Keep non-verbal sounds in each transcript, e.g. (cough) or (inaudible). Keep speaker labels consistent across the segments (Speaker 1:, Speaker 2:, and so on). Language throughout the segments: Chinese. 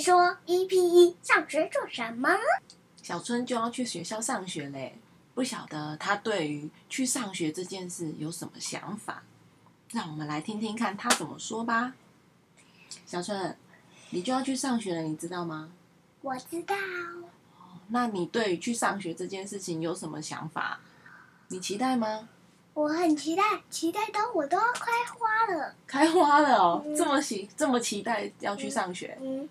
Speaker 1: 说 EP 一上学做什么？
Speaker 2: 小春就要去学校上学嘞，不晓得他对于去上学这件事有什么想法？让我们来听听看他怎么说吧。小春，你就要去上学了，你知道吗？
Speaker 1: 我知道，
Speaker 2: 那你对于去上学这件事情有什么想法？你期待吗？
Speaker 1: 我很期待，期待到我都要开花了。
Speaker 2: 开花了哦，
Speaker 1: 嗯
Speaker 2: 这么期这么期待要去上学。
Speaker 1: 嗯，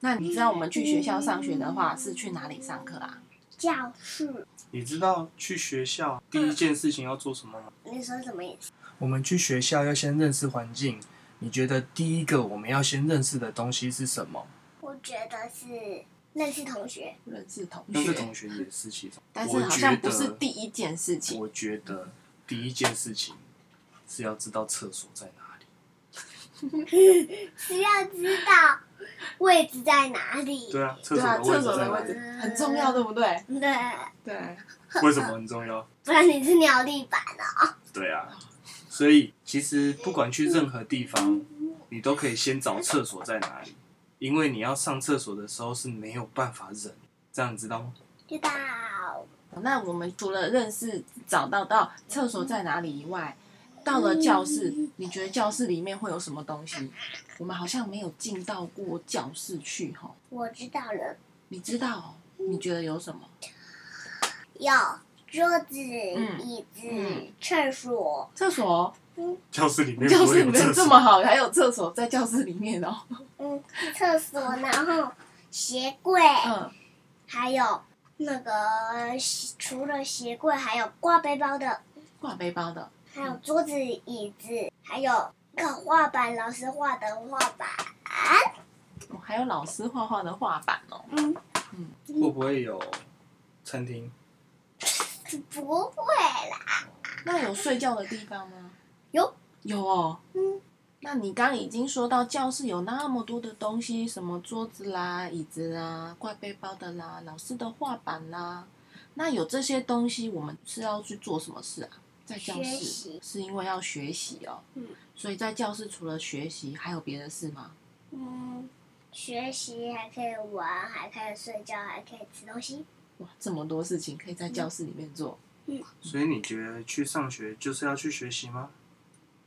Speaker 2: 那你知道我们去学校上学的话是去哪里上课啊？
Speaker 1: 教室，
Speaker 3: 你知道去学校
Speaker 2: 啊
Speaker 3: 第一件事情要做什么吗？
Speaker 1: 你说什么意思？
Speaker 3: 我们去学校要先认识环境。你觉得第一个我们要先认识的东西是什么？
Speaker 1: 我觉得是认识同学，
Speaker 2: 认识同
Speaker 3: 认识
Speaker 2: 学
Speaker 3: 同，学也是其中，
Speaker 2: 但是
Speaker 3: 我
Speaker 2: 好
Speaker 3: 觉
Speaker 2: 像不
Speaker 3: 得
Speaker 2: 是第一件事情。
Speaker 3: 我觉得第一件事情是要知道厕所在哪里。
Speaker 1: 是要知道位置在哪里。
Speaker 3: 对啊，厕
Speaker 2: 对
Speaker 3: 所
Speaker 2: 啊，
Speaker 3: 的位
Speaker 2: 厕
Speaker 3: 置
Speaker 2: 所
Speaker 3: 在
Speaker 2: 的
Speaker 3: 哪
Speaker 2: 位
Speaker 3: 里？
Speaker 2: 置很重要，对不对？
Speaker 1: 对，
Speaker 2: 对，
Speaker 3: 为什么很重要？
Speaker 1: 不然你是鸟地板啊。
Speaker 3: 对啊，所以其实不管去任何地方，你都可以先找厕所在哪里，因为你要上厕所的时候是没有办法忍，这样你知道吗？
Speaker 1: 知道，
Speaker 2: 那我们除了认识、找到到厕所在哪里以外，到了教室，你觉得教室里面会有什么东西？我们好像没有进到过教室去哈。
Speaker 1: 我知道了。
Speaker 2: 你知道哦？你觉得有什么？
Speaker 1: 有桌子、
Speaker 2: 嗯
Speaker 1: 椅子、
Speaker 2: 嗯
Speaker 1: 厕所，
Speaker 2: 厕所？
Speaker 3: 教室里面
Speaker 2: 教
Speaker 3: 不会
Speaker 2: 室里
Speaker 3: 有
Speaker 2: 面
Speaker 3: 厕
Speaker 2: 这么
Speaker 3: 所，
Speaker 2: 好，还有厕所在教室里面哦。 (laughs)
Speaker 1: 嗯，厕所，然后鞋柜，
Speaker 2: 嗯，
Speaker 1: 还有那个除了鞋柜，还有挂背包的，
Speaker 2: 挂背包的。
Speaker 1: 还有桌子、椅子，还有那个画板，老师画的画板，
Speaker 2: 哦还有老师画画的画板哦，
Speaker 1: 嗯，
Speaker 3: 会不会有餐厅？
Speaker 1: 不会啦，
Speaker 2: 那有睡觉的地方吗？
Speaker 1: 有，
Speaker 2: 有哦。
Speaker 1: 嗯，
Speaker 2: 那你刚刚已经说到教室有那么多的东西，什么桌子啦、椅子啦、挂背包的啦、老师的画板啦，那有这些东西，我们是要去做什么事啊？在教
Speaker 1: 学
Speaker 2: 室
Speaker 1: 习
Speaker 2: 是因为要学习哦。
Speaker 1: 嗯。
Speaker 2: 所以在教室除了学习，还有别的事吗？
Speaker 1: 嗯，学习还可以玩，还可以睡觉，还可以吃东西，
Speaker 2: 哇，这么多事情可以在教室里面做。
Speaker 3: 所以你觉得去上学就是要去学习吗？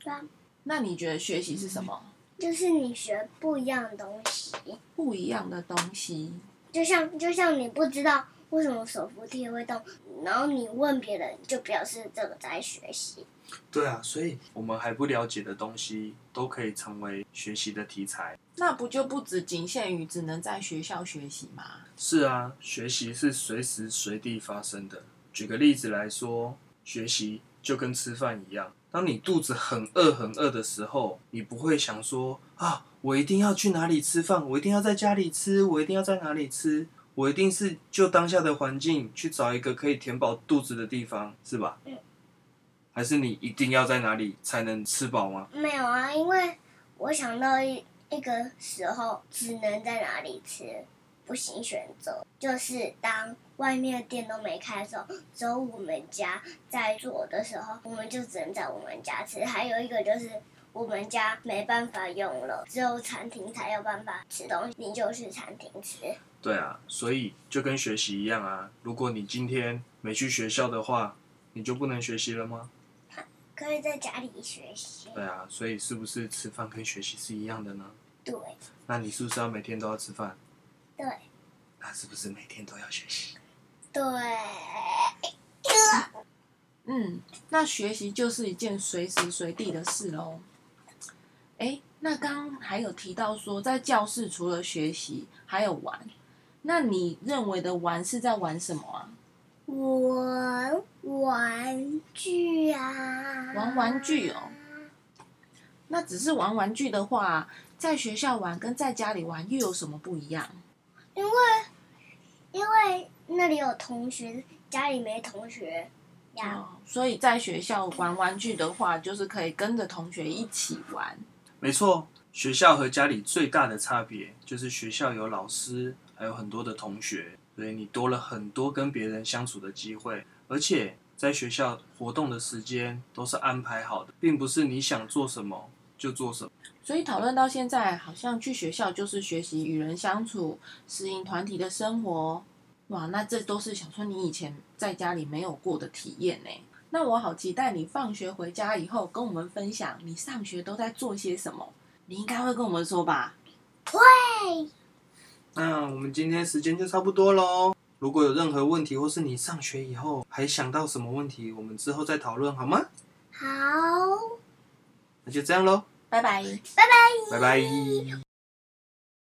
Speaker 1: 对啊，
Speaker 2: 那你觉得学习是什么？
Speaker 1: 就是你学不一样的东西。
Speaker 2: 不一样的东西。
Speaker 1: 就像就像你不知道为什么手扶梯会动，然后你问别人，就表示这个在学习。
Speaker 3: 对啊，所以我们还不了解的东西都可以成为学习的题材。
Speaker 2: 那不就不只仅限于只能在学校学习吗？
Speaker 3: 是啊，学习是随时随地发生的。举个例子来说，学习就跟吃饭一样，当你肚子很饿很饿的时候，你不会想说啊，我一定要去哪里吃饭，我一定要在家里吃，我一定要在哪里吃，我一定是就当下的环境去找一个可以填饱肚子的地方，是吧
Speaker 1: 嗯？
Speaker 3: 还是你一定要在哪里才能吃饱吗？
Speaker 1: 没有啊，因为我想到一一个时候只能在哪里吃，不行选择，就是当外面的店都没开的时候，只有我们家在做的时候，我们就只能在我们家吃。还有一个就是。我们家没办法用了，只有餐厅才有办法吃东西，你就去餐厅吃。
Speaker 3: 对啊，所以就跟学习一样啊，如果你今天没去学校的话，你就不能学习了吗？
Speaker 1: 可以在家里学习。
Speaker 3: 对啊，所以是不是吃饭跟学习是一样的呢？
Speaker 1: 对
Speaker 3: 那你是不是要每天都要吃饭？
Speaker 1: 对
Speaker 3: 那是不是每天都要学习？
Speaker 1: 对，
Speaker 2: 嗯，那学习就是一件随时随地的事喽。诶，那刚刚还有提到说，在教室除了学习，还有玩。那你认为的玩是在玩什么啊？
Speaker 1: 玩玩具啊，
Speaker 2: 玩玩具哦。那只是玩玩具的话，在学校玩跟在家里玩又有什么不一样？
Speaker 1: 因为因为那里有同学，家里没同学呀。
Speaker 2: 哦，所以在学校玩玩具的话，就是可以跟着同学一起玩。
Speaker 3: 没错，学校和家里最大的差别就是学校有老师，还有很多的同学，所以你多了很多跟别人相处的机会，而且在学校活动的时间都是安排好的，并不是你想做什么就做什么。
Speaker 2: 所以讨论到现在，好像去学校就是学习与人相处，适应团体的生活。哇，那这都是小春你以前在家里没有过的体验呢。那我好期待你放学回家以后跟我们分享你上学都在做些什么。你应该会跟我们说吧？
Speaker 3: 那我们今天时间就差不多喽。如果有任何问题，或是你上学以后还想到什么问题，我们之后再讨论好吗？
Speaker 1: 好。
Speaker 3: 那就这样喽，
Speaker 2: 拜拜。
Speaker 3: 拜拜。